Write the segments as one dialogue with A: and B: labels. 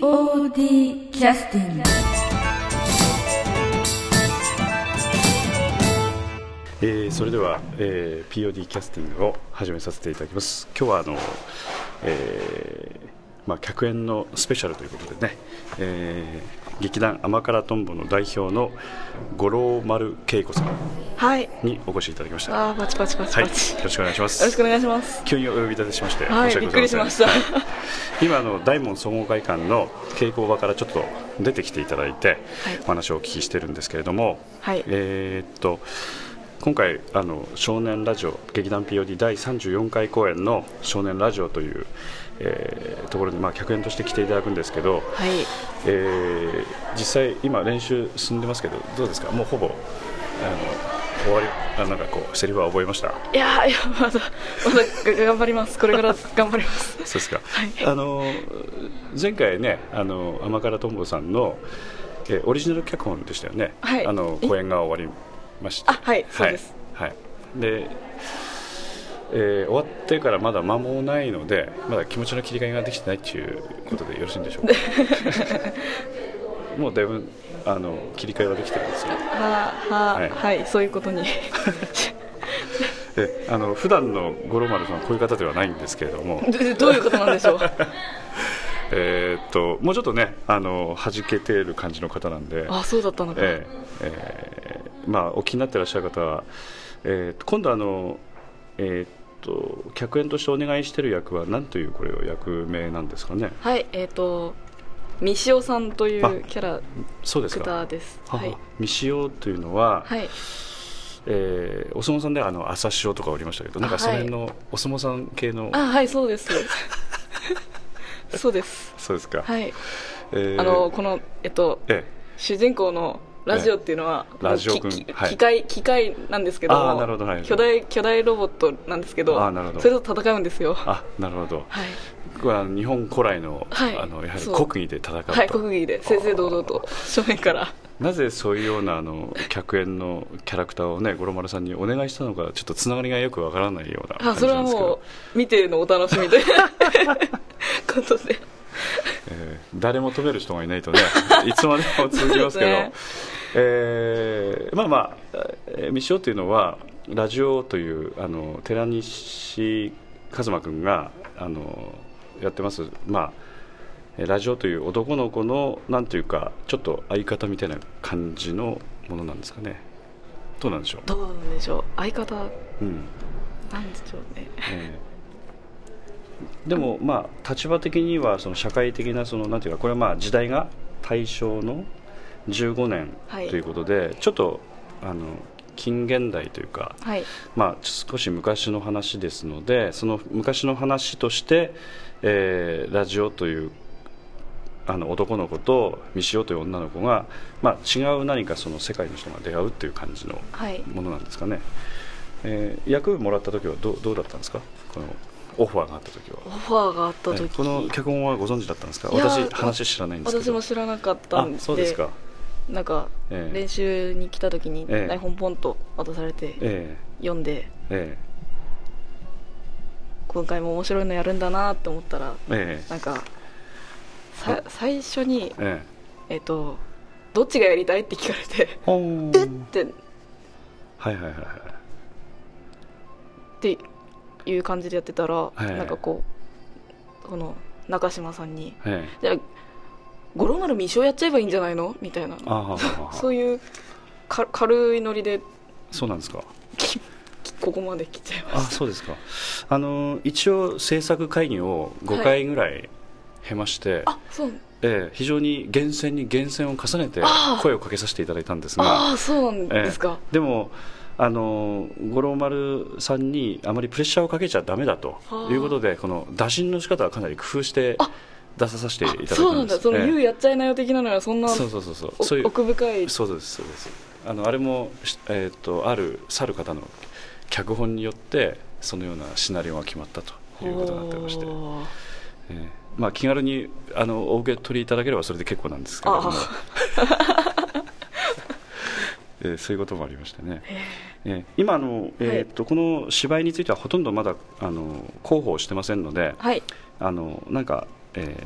A: POD キャスティング
B: えーそれでは、えー POD キャスティングを始めさせていただきます今日はあの、えーまあ、客演のスペシャルということでね、えー劇団甘辛とんぼの代表の五郎丸恵子さん
C: はい。
B: にお越しいただきましたは
C: あー、パチパチパチ
B: い
C: パ
B: よ
C: チ。
B: ろしくお願いしま
C: よろしく
B: す
C: お願いします。
B: 急にお呼び立てしまして、
C: はい、
B: 申
C: び
B: 訳
C: っく
B: ご
C: り
B: ざ
C: し
B: い
C: ま
B: ま
C: し
B: せん
C: た。
B: 今あの大門総合会館の稽古場からちょっと出てきていただいて、
C: はい
B: お話をお聞きしてるんですけれども、
C: はい
B: えーっと今回あの少年ラジオ劇団 POD 第34回公演の少年ラジオという、えーところにまあ客演として来ていただくんですけど、
C: はい。
B: えー実際今練習進んでますけどどうですかもうほぼあの終わりあなんかこうセリフは覚えました
C: いやー、いや、まだ、まだが頑張ります。これから頑張ります。
B: そうですか、
C: はい
B: あの前回ねあの甘辛とんぼさんの、えーオリジナル脚本でしたよね、
C: はい
B: あの
C: え
B: 公演が終わりまして
C: あはいそうです
B: はい、はいで、えー終わってからまだ間もないのでまだ気持ちの切り替えができてないっていうことでよろしいんでしょう かもうだいぶあの切り替えはできてるんですよ
C: はー、
B: はい
C: はー、はい、そういうことに。
B: えあの普段の五郎丸さんはこういう方ではないんですけれども
C: どどういうことなん でしょう。
B: えーっともうちょっとねあの弾けている感じの方なんで
C: あ、そうだったのか。
B: ええええまあお気になってらっしゃる方は、えー今度あのえーっと客演としてお願いしてる役は何というこれを役名なんですかね
C: はい、えっ、ー、と、みしおさんとい
B: あ
C: うキャラ
B: そうです
C: クター
B: か
C: です。
B: は
C: はい。
B: 三塩というのは、
C: はい。
B: えーお相撲さんではあの朝塩とかおりましたけどなんか
C: あ
B: その辺のお相撲さん系の、
C: あ、はい、そうです。 そうです。
B: そうですか、
C: はい。
B: えー
C: あの、この、えっと、
B: え
C: 主人公のラジオっていうのは、
B: えラジオ君
C: もうきき
B: はい
C: 機械機械なんですけども
B: あーなるほどはい
C: 巨大巨大ロボットなんですけど
B: あーなるほど
C: それと戦うんですよ
B: え
C: は
B: あなるほど
C: い、
B: これは日本古来の,、
C: はい
B: あのやはり
C: そう
B: 国技で戦うと、
C: はい、国技で正々堂々と正面から
B: なぜそういうようなあの客演のキャラクターをね五郎丸さんにお願いしたのかちょっとつながりがよくわからないような
C: あ
B: 感じ
C: それ
B: な
C: は
B: んですけど
C: もう見てのお楽し みということで
B: えー誰も止める人がいないとねいつまでも続きますけど
C: そうですね
B: えーまあまあえー「ミシオ」というのはラジオというあの寺西一馬君があのやってますまあえーラジオという男の子のなんというかちょっと相方みたいな感じのものなんですかねどうなんでしょ
C: どうなんでしょう相方
B: う、うん
C: なんでしょうね
B: えーでもまあ立場的にはその社会的なそのなんていうかこれはまあ時代が大正の15年
C: はい
B: ということで、ちょっとあの近現代というか、
C: はい
B: まあ、少し昔の話ですのでその昔の話として、えーラジオというあの男の子とミシオという女の子が、まあ、違う何かその世界の人が出会うという感じの
C: はい
B: ものなんですかね、えー役もらった時はどうどうだったんですかこのオファーがあった時は
C: オファーがあった時、
B: えーこの脚本はご存知だったんですか
C: いや
B: 私話知らないんですけ
C: 私
B: ど
C: も知らなかったん
B: あそうですか
C: なんか
B: ええ
C: 練習に来た時に
B: ええ
C: 台本ポンと渡されて
B: え
C: 読んで
B: ええ
C: 今回も面白いのやるんだなって思ったら
B: ええ
C: なんかさ最初に
B: え、え
C: えっと「どっちがやりたい?」って聞かれて
B: えほ
C: 「
B: ー
C: えっ?」てっ
B: はいはいはいはい
C: ていう感じでやってたら、
B: ええ
C: なんかこうこの中島さんに
B: え
C: 「じゃあ五郎丸未生やっちゃえばいいんじゃないの?」みたいな
B: えああ
C: そういうか軽いノリで
B: そうなんですか
C: ききここまで来ちゃいま
B: あそうですかあの一応制作会議を5回ぐらい経まして、
C: あそう
B: ええ非常に厳選に厳選を重ねて
C: あー
B: 声をかけさせていただいたんですが
C: ああそうなんですか、
B: ええでもあの五郎丸さんにあまりプレッシャーをかけちゃダメだと
C: はあ
B: いうことでこの打診の仕方はかなり工夫して
C: あ
B: 出ささせていただいたんです
C: そうなんだその「
B: ええ
C: 言うやっちゃいなよ」的なのはそんな
B: そうそうそうそう
C: お
B: そういう
C: 奥深い
B: そうですそうですあのあれも、しえー、とある去る方の脚本によってそのようなシナリオが決まったということになってまして、
C: ほう
B: ええまあ、気軽にあのお受け取りいただければそれで結構なんですけれども
C: あ、
B: ええそういうこともありましてね、ええ今あの、えーとこの芝居についてはほとんどまだあの広報してませんので
C: はい
B: あのなんかえ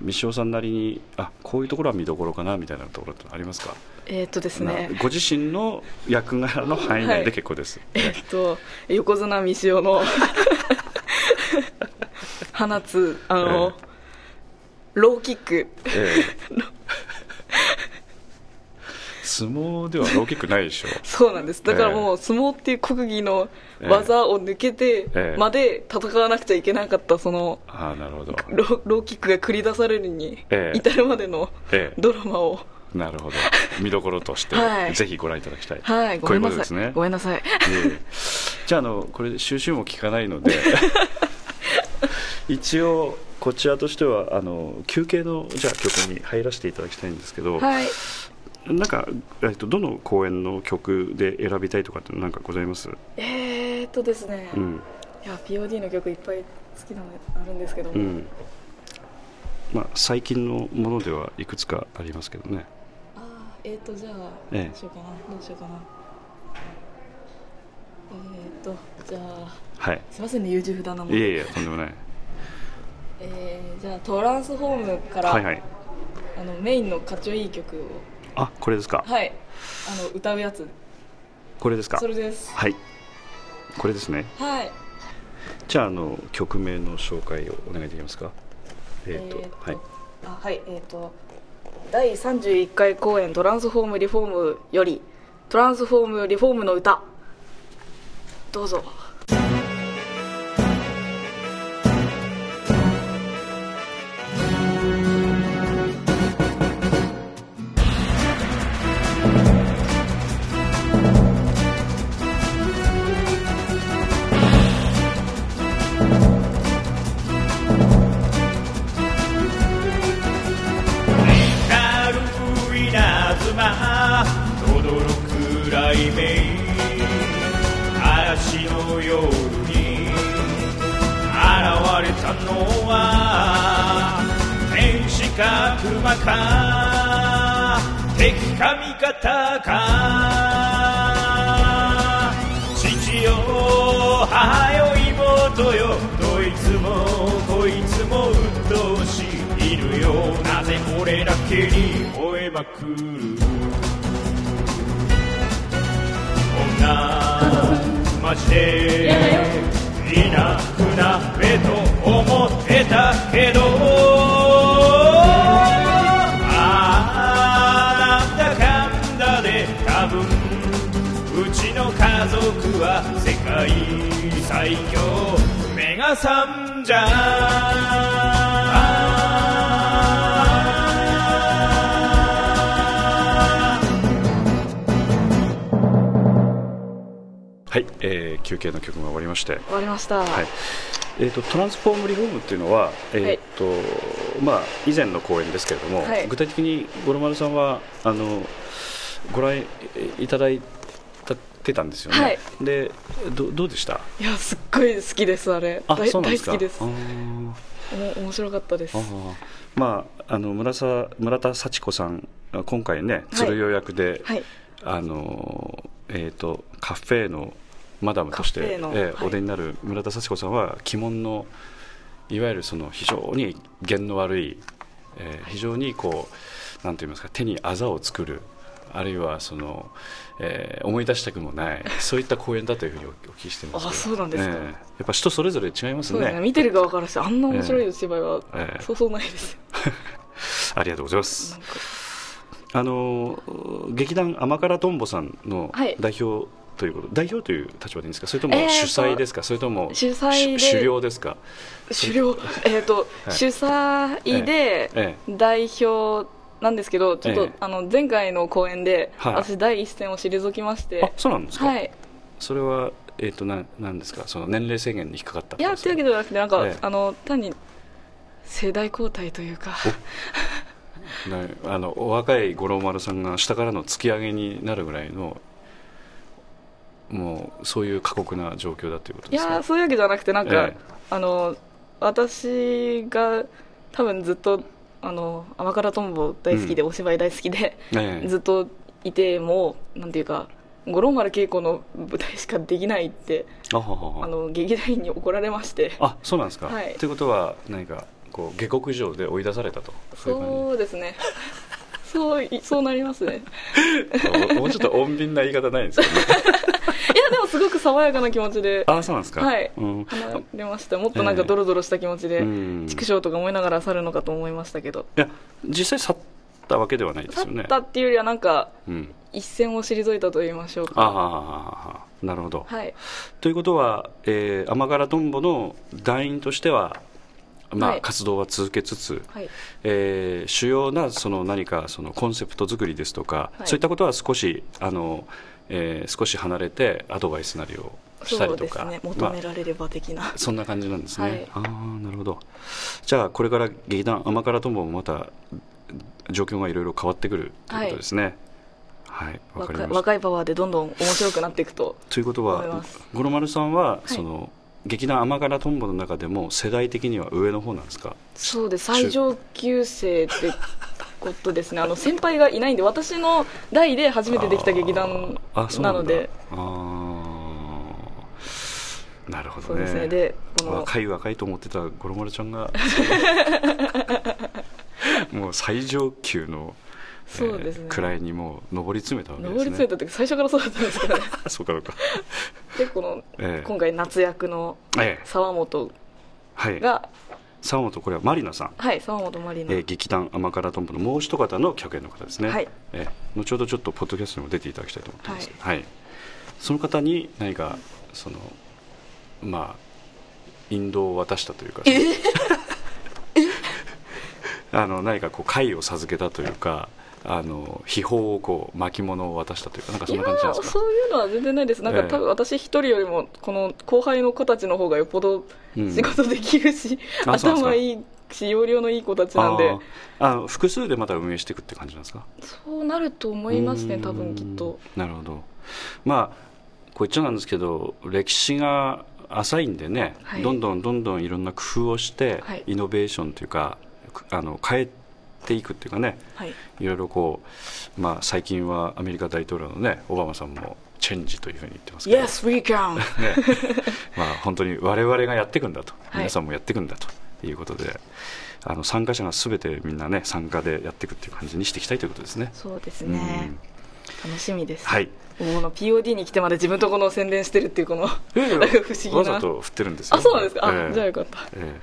B: ー、三塩さんなりにあこういうところは見どころかなみたいなところってありますか
C: えーっとですね
B: なご自身の役柄の範囲内
C: は
B: で
C: い
B: 結構 です、
C: えーっと横綱三塩の 放つあの、
B: え
C: ローキック
B: えー 相撲ではローキックないでしょ
C: そうなんですだからもう相撲っていう国技の技を抜け
B: え
C: て
B: え
C: まで戦わなくちゃいけなかったその
B: ああなるほど
C: ローローキックが繰り出されるに
B: ええ
C: 至るまでの
B: ええ
C: ドラマを、
B: なるほど見どころとして、
C: はい
B: ぜひご覧いただきたい、
C: はいご
B: こう
C: め
B: い
C: ん
B: う
C: な
B: こと
C: さい
B: ですね
C: ごめんなさい
B: いえい えじゃああのこれ収集も聞かないので一応こちらとしてはあの休憩のじゃあ曲に入らせていただきたいんですけど、
C: はい
B: なんか、えっと、どの公演の曲で選びたいとかって何かございます、
C: えー、っとですね、
B: うん
C: いや POD の曲いっぱい好きなのあるんですけども、
B: うんまあ、最近のものではいくつかありますけどね
C: あーえっ、ー、とじゃあ、
B: ええ
C: どうしようかなどうしようかなえっ、ー、とじゃあ
B: はい
C: すいませんね優柔不断なもん
B: いえいえとんでもない
C: えーじゃあトランスフォームから、
B: はいはい
C: あのメインのかっちょいい曲を
B: あこれですか、
C: はいあの歌うやつ
B: これですか
C: それです
B: はいこれですね
C: はい
B: じゃああの曲名の紹介をお願いできますかえっ、と,、
C: えー
B: はい
C: あはいえっ、と第31回公演「トランスフォームリフォーム」より「トランスフォームリフォームの歌」どうぞ
D: なる稲妻轟く雷鳴嵐の夜に現れたのは天使か熊か敵か味方か父よ母よ妹よどいつもこいつも鬱陶しい犬よなぜ俺だけに吠えまくる女マジでいなくなれと思ってたけどああなんだかんだで多分うちの家族は世界最強メガさんじゃ
B: はいえー休憩の曲が終わりまして
C: 終わりました、
B: はいえー、とトランスフォームリフォームっていうのは、えーとまあ、以前の公演ですけれども、
C: はい
B: 具体的に五郎丸さんはあのご覧いただいてたんですよね、
C: はい
B: でどどうでした
C: いやすっごい好きですあれ
B: あ
C: 大
B: そうなんですか
C: 大好きです
B: あ
C: お
B: ー
C: も面白かったです
B: あーまあ、あの村さ村田幸子さんあ今回ね鶴代役で、
C: はい
B: あのえー、とカフェのマダムとして、
C: カフ
B: え
C: ェの
B: ー
C: はい
B: お出になる村田幸子さんは鬼門のいわゆるその非常に弦の悪い、えー非常にこうなんて言いますか手にあざを作るあるいはその、えー思い出したくもないそういった公演だというふうにおお聞きしてますけど
C: あそうなんですか
B: えーやっぱ人それぞれ違います
C: そうです
B: ね
C: ね見てる側からしてあんな面白い芝居は、
B: ええ
C: そうそうない です
B: ありがとうございます
C: なんか
B: あのー劇団甘辛とんぼさんの
C: はい
B: 代表ということ、代表という立場でいいんですかそれとも
C: えーと
B: 主催ですか、それとも
C: 主催で
B: し狩猟ですか
C: 狩猟えっ、と、
B: はい
C: 主催で
B: え
C: 代表なんですけどちょっ
B: え
C: と、
B: え
C: あの前回の公演で、
B: はい
C: 私第一線を退きまし
B: あ
C: て
B: そうなんですか、
C: はい
B: それはえっ、とななんですかその年齢制限に引っかかったんで
C: いや
B: す
C: とい
B: か
C: うわけではなくてなんか、
B: ええ
C: あの単に世代交代というか
B: なあのお若い五郎丸さんが下からの突き上げになるぐらいのもうそういう過酷な状況だということ
C: い
B: ですか
C: やそういうわけじゃなくてなんか、
B: ええ
C: あの私が多分ずっとあの甘辛とんぼ大好きで、お芝居大好きで、
B: ええ
C: ずっといてもなんていうか五郎丸稽古の舞台しかできないって
B: あははは
C: あの劇団員に怒られまして
B: あそうなんですか、
C: はい
B: ということは何かこう下克上で追い出されたとそういう
C: そうですね そういそうなりますね
B: 感じおもうちょっと穏便な言い方ないんですけ ど、ね、
C: いやでもすごく爽やかな気持ちで
B: ああそうなんですか
C: はい
B: うん
C: 離れましたもっとなんかドロドロした気持ちで
B: うん
C: 畜生とか思いながら去るのかと思いましたけど
B: いや実際去ったわけではないです
C: 去
B: よね
C: ったっていうよりはなんか
B: うん、
C: 一線を退いたと言いましょう
B: あ
C: か
B: あなるほど、
C: はい
B: ということは、えー、天柄トンボの団員としては、まあ
C: はい
B: 活動は続けつつ、
C: はい
B: えー主要なその何かそのコンセプト作りですとか、
C: はい
B: そういったことは少しあの、えー少し離れてアドバイスなりをした
C: そ
B: り
C: う
B: と
C: です
B: か、
C: ね
B: ま
C: 求
B: あ
C: められれば的な、
B: そんな感じなんですね、
C: はい
B: ああなるほどじゃあこれから劇団甘辛ともまた状況がいろいろ変わってくるということですねはいわ、かり
C: 若い
B: ました
C: 若いパワーでどんどん面白くなっていくと
B: ということ
C: 思いま
B: は
C: す
B: 五郎丸さんは、
C: い
B: その劇団甘辛とんぼの中でも世代的には上の方なんですか
C: そうです最上級生ってことですねあの先輩がいないんで私の代で初めてできた劇団
B: あーあそう
C: なん
B: だ
C: ので
B: あーなるほ
C: そ
B: ど
C: う
B: ね
C: ですねでこの
B: 若い若いと思ってた五郎丸ちゃん がもう最上級の
C: そうですね
B: 位にもう上り詰めたわけですね
C: 上り詰めた時最初からそうだったんで すけどね
B: あそうかそうか
C: でこの
B: ええ
C: 今回夏役の
B: ええ
C: 沢本
B: はい
C: が
B: 沢本これはマリナさん
C: はい沢本まり
B: え
C: な
B: ー、劇団甘辛トンボのもう一方の客演の方ですね、
C: はい
B: えー後ほどちょっとポッドキャストにも出ていただきたいと思ってます、
C: は
B: はいその方に何かそのまあ引導を渡したというか あの何かこう会を授けたというかあの秘宝をこう巻物を渡したというかなんかそん
C: いや
B: な感じなんで
C: ー
B: すか
C: そういうのは全然ないですなんか、
B: ええ
C: 多分私一人よりもこの後輩の子たちの方がよっぽど
B: うん
C: 仕事できるし、
B: あそうなんですか
C: 頭いいし要領のいい子たちなんで
B: あーあの複数でまた運営していくって感じなんですか
C: そうなると思いますね多
B: うー
C: 分
B: ん
C: きっと
B: なるほどまあこう言っちゃなんですけど歴史が浅いんでね、
C: はい
B: どんどんどんどんいろんな工夫をして、
C: はい
B: イノベーションというかくあの変えていくっていうかね
C: はい
B: いろいろこう、まあ、最近はアメリカ大統領のねオバマさんもチェンジというふうに言ってますけど、
C: Yes we can
B: ねまあ、本当に我々がやっていくんだと、
C: はい
B: 皆さんもやっていくんだということであの参加者が全てみんなね参加でやっていくっていう感じにしていきたいということですね。
C: そうです
B: う
C: ね
B: ん
C: 楽しみです
B: はい
C: もうの POD に来てまで自分とこの宣伝してるっていうこの
B: いやいや
C: なんか不思議な
B: わざと振ってるんですよ
C: あそうなんですか、
B: ええ
C: あじゃあよかった
B: ええ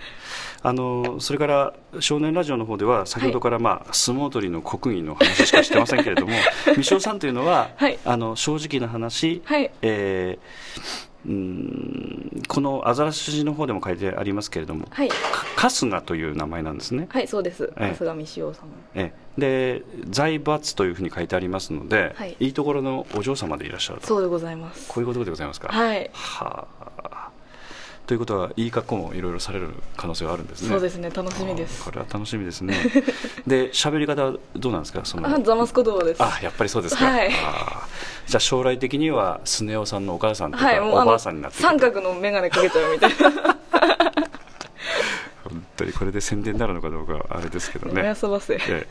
B: あのそれから少年ラジオの方では先ほどから、まあ相撲取りの国技の話しかしてませんけれども 三塩さんというのは、
C: はい
B: あの正直な話、
C: はい
B: えーうーんこのあざらしの方でも書いてありますけれども、
C: はい
B: か春日という名前なんですね、
C: はいそうです
B: ええ
C: 春日美潮さん
B: ええで財閥というふうに書いてありますので、
C: はい
B: いいところのお嬢様でいらっしゃると
C: そうでございます
B: こういうことでございますか
C: はい
B: はあということは、いい格好もいろいろされる可能性はあるんですね。
C: そうですね楽しみで
B: あ
C: す
B: ーこれは楽しみです ね。で、喋り方はどうなんですか、その。
C: あザマスコ動画です
B: あやっぱりそうですか。
C: はい
B: あーじゃあ、将来的には、スネ夫さんのお母さんとか、
C: はいもう
B: お
C: あ
B: ばあ
C: の
B: さんになっていく
C: 三角の眼鏡かけちゃうみたいな
B: 本当にこれで宣伝になるのかどうか、あれですけど
C: 目
B: ね。
C: 遊ばせ
B: え え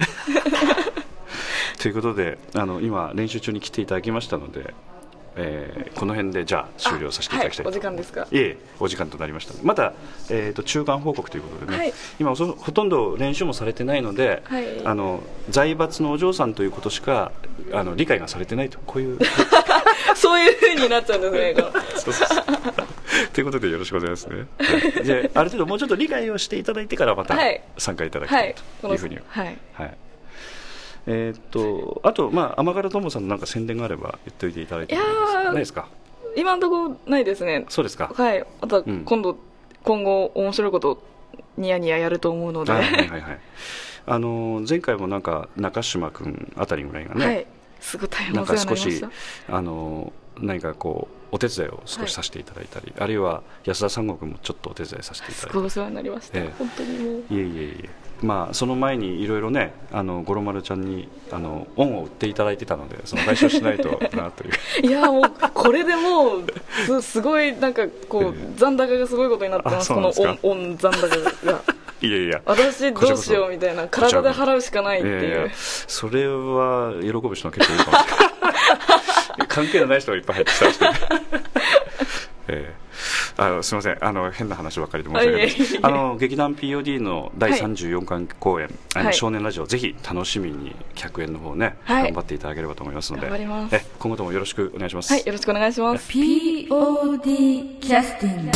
B: ということで、あの、今練習中に来ていただきましたので。えーこの辺で、じゃあ、終了させていただきたいと
C: はい、お時間ですか
B: いえいえお時間となりましたまた、えー、と中間報告ということでね、
C: はい
B: 今そほとんど練習もされてないので、
C: はい
B: あの財閥のお嬢さんということしかあの理解がされてないとこう いう
C: そういう風になっちゃうんですねが
B: そうそうそうということでよろしくお願いしますね、はいである程度もうちょっと理解をしていただいてからまた
C: はい
B: 参加いただき
C: は
B: たい
C: い
B: というふうに、
C: はい
B: はいえーっとあと、まあ、天柄友さんのなんか宣伝があれば言っておいていただいてもいいです
C: いや
B: か
C: ー
B: ないですか
C: 今のところないですね
B: そうですか
C: はいまた
B: ん
C: 今度、今後面白いことニヤニヤやると思うので
B: は
C: はい
B: はい はいはい、あの前回もなんか中島君あたりぐらいがね、
C: いすごい大変
B: な
C: お
B: ん
C: 世
B: か
C: 話に
B: 少
C: なりまし
B: したあの何かこうお手伝いを少しさせていただいたり、あるいは安田三郷君もちょっとお手伝いさせてい
C: す
B: ただい
C: ごい
B: た
C: お世話になりました、
B: ええ
C: 本当にもう
B: りいえいえいえまあその前にいろいろねあの五郎丸ちゃんにあの恩を売っていただいてたのでその解消しないとなと いう
C: いやもうこれでもうすすごいなんかこ
B: え
C: う残高がすごいことになってま
B: あ
C: す
B: そう
C: こ
B: なん
C: の
B: ですか
C: オンオン残高が
B: いやいや
C: 私どうしようみ
B: い
C: たいな
B: こちらこそ
C: 体で払うしかないって
B: や
C: い
B: や
C: う
B: それは喜ぶ人が結構いるかもしれ ない関係のない人がいっぱい入ってきたんですけど ええあすみませんあの変な話ばっかりで申し訳ないです
C: あいえいえ
B: あの劇団 POD の第
C: はい
B: 34回公演、あ
C: は
B: の
C: い
B: 少年ラジオぜひ楽しみに客演の方ね、
C: はい
B: 頑張っていただければと思いますので
C: 頑張ります
B: え今後ともよろしくお願いします、
C: はい、よろしくお願いします。
A: POD キャスティング